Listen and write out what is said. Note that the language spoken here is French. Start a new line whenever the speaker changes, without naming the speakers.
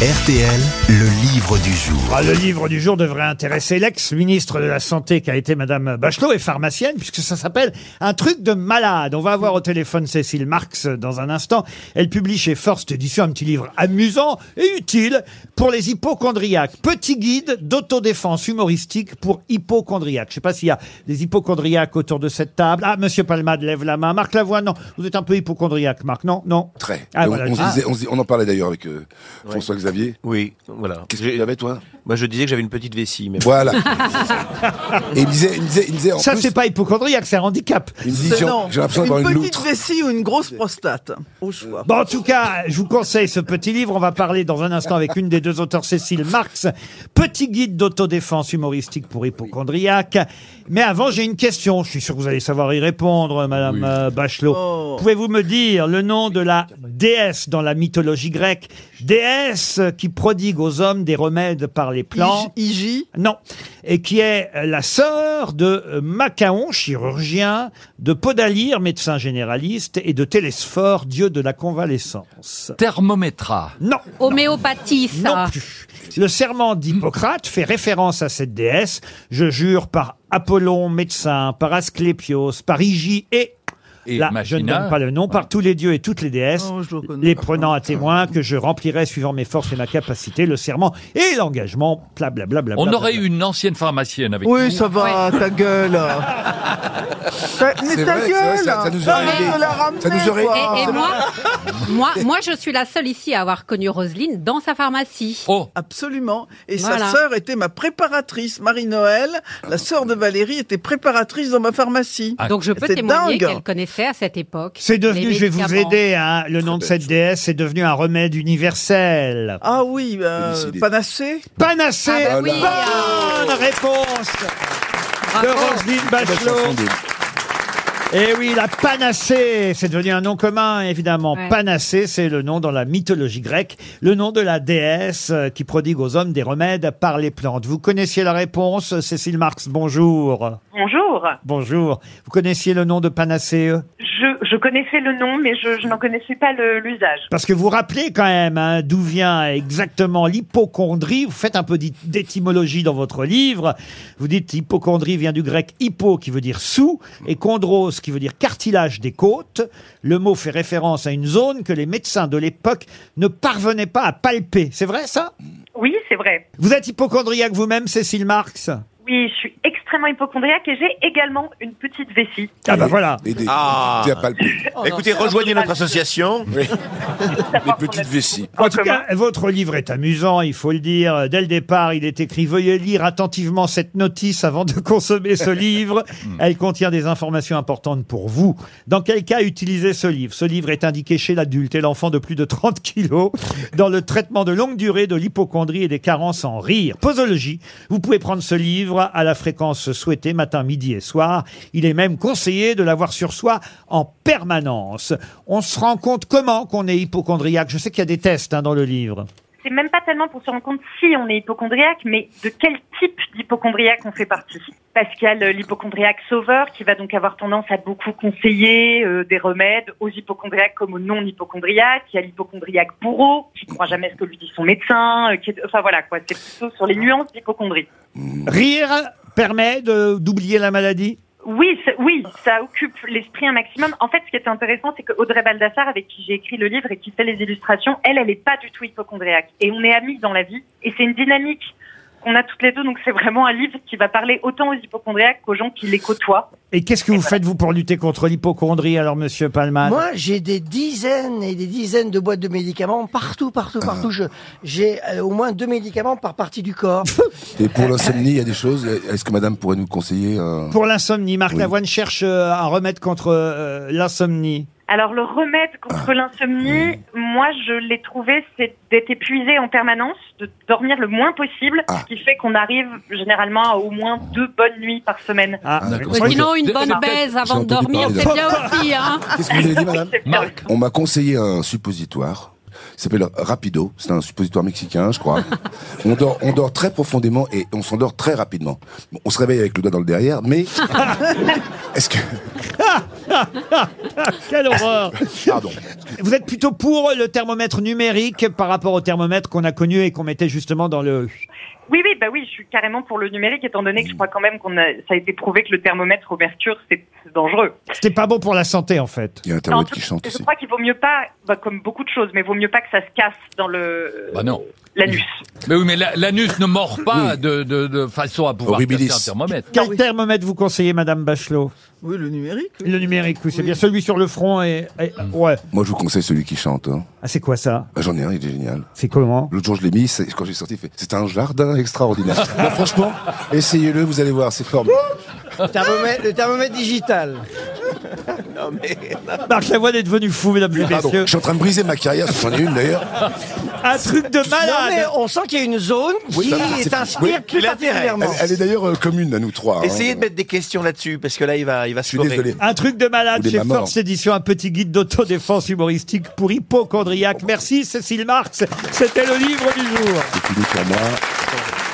RTL, le livre du jour.
Ah, le livre du jour devrait intéresser l'ex-ministre de la Santé qui a été Madame Bachelot et pharmacienne, puisque ça s'appelle Un truc de malade. On va avoir au téléphone Cécile Marx dans un instant. Elle publie chez Forst Édition un petit livre amusant et utile pour les hypochondriaques. Petit guide d'autodéfense humoristique pour hypochondriaques. Je sais pas s'il y a des hypochondriaques autour de cette table. Ah, Monsieur Palmade lève la main. Marc Lavoine, non. Vous êtes un peu hypochondriaque, Marc. Non, non.
Très.
Ah,
Et on-
voilà.
on, se
Ah.
disait- on se- on en parlait d'ailleurs avec euh, François Xavier.
Oui, voilà.
Qu'est-ce qu'il y avait toi
Moi, je disais que j'avais une petite vessie, mais
Voilà. Et il me disait, il me disait, il me disait en
Ça,
plus,
c'est pas hypochondriaque, c'est un handicap.
il me dit, j'ai
Non,
j'ai l'impression d'avoir une,
petite
loutre.
vessie ou une grosse prostate, au choix.
Bon, en tout cas, je vous conseille ce petit livre. On va parler dans un instant avec une des deux auteurs, Cécile Marx. Petit guide d'autodéfense humoristique pour hypochondriaque. Mais avant, j'ai une question. Je suis sûr que vous allez savoir y répondre, Madame euh, Bachelot.
Oh.
Pouvez-vous me dire le nom de la déesse dans la mythologie grecque Déesse qui prodigue aux hommes des remèdes par les plantes.
Iji,
Non. Et qui est euh, la sœur de euh, Macaon, chirurgien, de Podalyre, médecin généraliste, et de Télesphore, dieu de la convalescence.
Thermométra.
Non.
Homéopathie, ça.
Non plus. Le serment d'Hippocrate fait référence à cette déesse. Je jure par Apollon, médecin, par Asclépios, par Hygie et,
Et
là, je ne
Machina.
donne pas le nom, par tous les dieux et toutes les déesses,
Oh, je le connais.
les prenant à témoin que je remplirai suivant mes forces et ma capacité le serment et l'engagement, blablabla. Bla, bla,
On
bla,
aurait
bla.
eu une ancienne pharmacienne avec
Oui, ça va, ta gueule. Ta- mais
C'est
ta
vrai, c'est vrai,
gueule
ça- ça nous
T'arrêtes
aurait aidé.
de la ramener,
Ça nous aurait
quoi.
Ah,
Et, et moi, moi, moi, je suis la seule ici à avoir connu Roselyne dans sa pharmacie.
Oh,
Absolument. Et
Voilà.
sa sœur était ma préparatrice, Marie-Noël. La sœur de Valérie était préparatrice dans ma pharmacie.
Ah,
Donc je peux
C'est
témoigner
dingue.
qu'elle connaissait à cette époque.
C'est devenu,
les
je vais vous
médicaments.
aider, hein, le nom de cette déesse est devenu un remède universel.
Ah oui, euh,
Félicité.
panacée
Panacée
Ah bah oui,
Bonne réponse de
Bravo.
Roselyne
Belle chanson
Bachelot.
de-
Et oui, la panacée, c'est devenu un nom commun, évidemment.
Ouais.
Panacée, c'est le nom dans la mythologie grecque, le nom de la déesse euh, qui prodigue aux hommes des remèdes par les plantes. Vous connaissiez la réponse, Cécile Marx, bonjour.
Bonjour.
Bonjour. Vous connaissiez le nom de panacée euh
Je, je connaissais le nom, mais je, je n'en connaissais pas le- l'usage.
Parce que vous rappelez quand même hein, d'où vient exactement l'hypochondrie. Vous faites un peu d'hy- d'étymologie dans votre livre. Vous dites hypochondrie vient du grec hypo qui veut dire sous et chondrose qui veut dire cartilage des côtes. Le mot fait référence à une zone que les médecins de l'époque ne parvenaient pas à palper. C'est vrai ça
Oui, c'est vrai.
Vous êtes hypochondriaque vous-même, Cécile Marx
Oui, je suis extrêmement hypochondriaque et j'ai également une petite vessie.
Ah bah
Et-
voilà.
et des-
Ah.
Tu as pas le pied.
écoutez, rejoignez notre association.
Les petites vessies.
En tout cas, votre livre est amusant, il faut le dire. Dès le départ, il est écrit Veuillez lire attentivement cette notice avant de consommer ce livre. Elle contient des informations importantes pour vous. Dans quel cas utiliser ce livre Ce livre est indiqué chez l'adulte et l'enfant de plus de 30 kilos dans le traitement de longue durée de l'hypochondrie et des carences en rire. Posologie, vous pouvez prendre ce livre à la fréquence souhaitée matin, midi et soir. Il est même conseillé de l'avoir sur soi en permanence. On se rend compte comment qu'on est hypochondriaque. Je sais qu'il y a des tests hein, dans le livre.
C'est même pas tellement pour se rendre compte si on est hypochondriaque, mais de quel type d'hypochondriaque on fait partie. Parce qu'il y a le- l'hypochondriaque sauveur qui va donc avoir tendance à beaucoup conseiller euh, des remèdes aux hypochondriaques comme aux non-hypochondriaques. Il y a l'hypochondriaque bourreau qui ne croit jamais ce que lui dit son médecin. euh, qui est- Enfin voilà quoi, c'est plutôt sur les nuances d'hypochondrie.
Rire permet de- d'oublier la maladie.
Oui, c'est- oui, ça occupe l'esprit un maximum. En fait, ce qui était intéressant, c'est que Audrey Baldassar, avec qui j'ai écrit le livre et qui fait les illustrations, elle, elle n'est pas du tout hypochondriaque. Et on est amies dans la vie. Et c'est une dynamique qu'on a toutes les deux. Donc c'est vraiment un livre qui va parler autant aux hypochondriaques qu'aux gens qui les côtoient.
Et qu'est-ce que vous faites, vous, pour lutter contre l'hypochondrie, alors, monsieur
Ah.
Palman
Moi, j'ai des dizaines et des dizaines de boîtes de médicaments partout,
Ah.
partout, partout. Je- J'ai euh, au moins deux médicaments par partie du corps.
Et pour l'insomnie, il y a des choses. Est-ce que madame pourrait nous conseiller un-
Pour l'insomnie, Marc
Oui.
Lavoine cherche euh, un remède contre euh, l'insomnie.
Alors le remède contre l'insomnie, moi, je l'ai trouvé, c'est d'être épuisé en permanence, de dormir le moins possible,
Ah.
ce qui fait qu'on arrive généralement à au moins deux bonnes nuits par semaine.
Ah,
Ah, d'accord.
oui.
Moi,
Sinon,
j'ai-
une bonne
j'ai-
baise
j'ai
avant de
entendu
dormir,
parler de-
c'est bien aussi. Hein
Qu'est-ce que vous avez dit, madame
C'est bien.
Marc,
On m'a conseillé un suppositoire. qui s'appelle Rapido. C'est un suppositoire mexicain, je crois. on, dort, on dort très profondément et on s'endort très rapidement. Bon, on se réveille avec le doigt dans le derrière, mais est-ce que...
Quelle horreur
Pardon.
Vous êtes plutôt pour le thermomètre numérique par rapport au thermomètre qu'on a connu et qu'on mettait justement dans le...
Oui, oui, bah oui, je suis carrément pour le numérique, étant donné
Mm.
que je crois quand même qu'on a, ça a été prouvé que le thermomètre au mercure, c'est c'est dangereux.
C'était pas bon pour la santé en fait.
Il y a un
Alors,
thermomètre qui chante
je
aussi.
crois qu'il vaut mieux pas, bah, comme beaucoup de choses, mais vaut mieux pas que ça se casse dans le
Bah non.
l'anus.
Mais oui, mais la- l'anus ne mord pas de, de, de façon à pouvoir
Horribilis.
casser un thermomètre.
Quel thermomètre vous conseillez, Madame Bachelot
Oui, le numérique. oui.
Le numérique, oui, c'est
Oui.
bien. Celui sur le front et... et- Ah. ouais.
Moi, je vous conseille celui qui chante. hein.
Ah, c'est quoi ça
Ah, J'en ai un, il est génial.
C'est comment
L'autre jour, je l'ai mis, c'est- quand j'ai sorti, il fait, c'est un jardin extraordinaire. Non, franchement, essayez-le, vous allez voir, c'est formidable.
Oh,
Thermomètre- le thermomètre digital.
Marc Lavoine est devenu fou, mesdames et
Pardon,
messieurs.
je suis en train de briser ma carrière, j'en ai une d'ailleurs.
Un truc de
Non, mais
malade
on sent qu'il y a une zone qui
bah, c'est-
t'inspire plus
Elle,
particulièrement.
elle est d'ailleurs euh, commune à nous trois. hein.
Essayez de mettre des questions là-dessus, parce que là, il va, il va
Je suis désolé.
Un truc de malade
Ou des
chez
mamans.
Force Édition, un petit guide d'autodéfense humoristique pour hypochondriaque. Merci Cécile Marx, c'était le livre du jour.
C'est fini pour moi.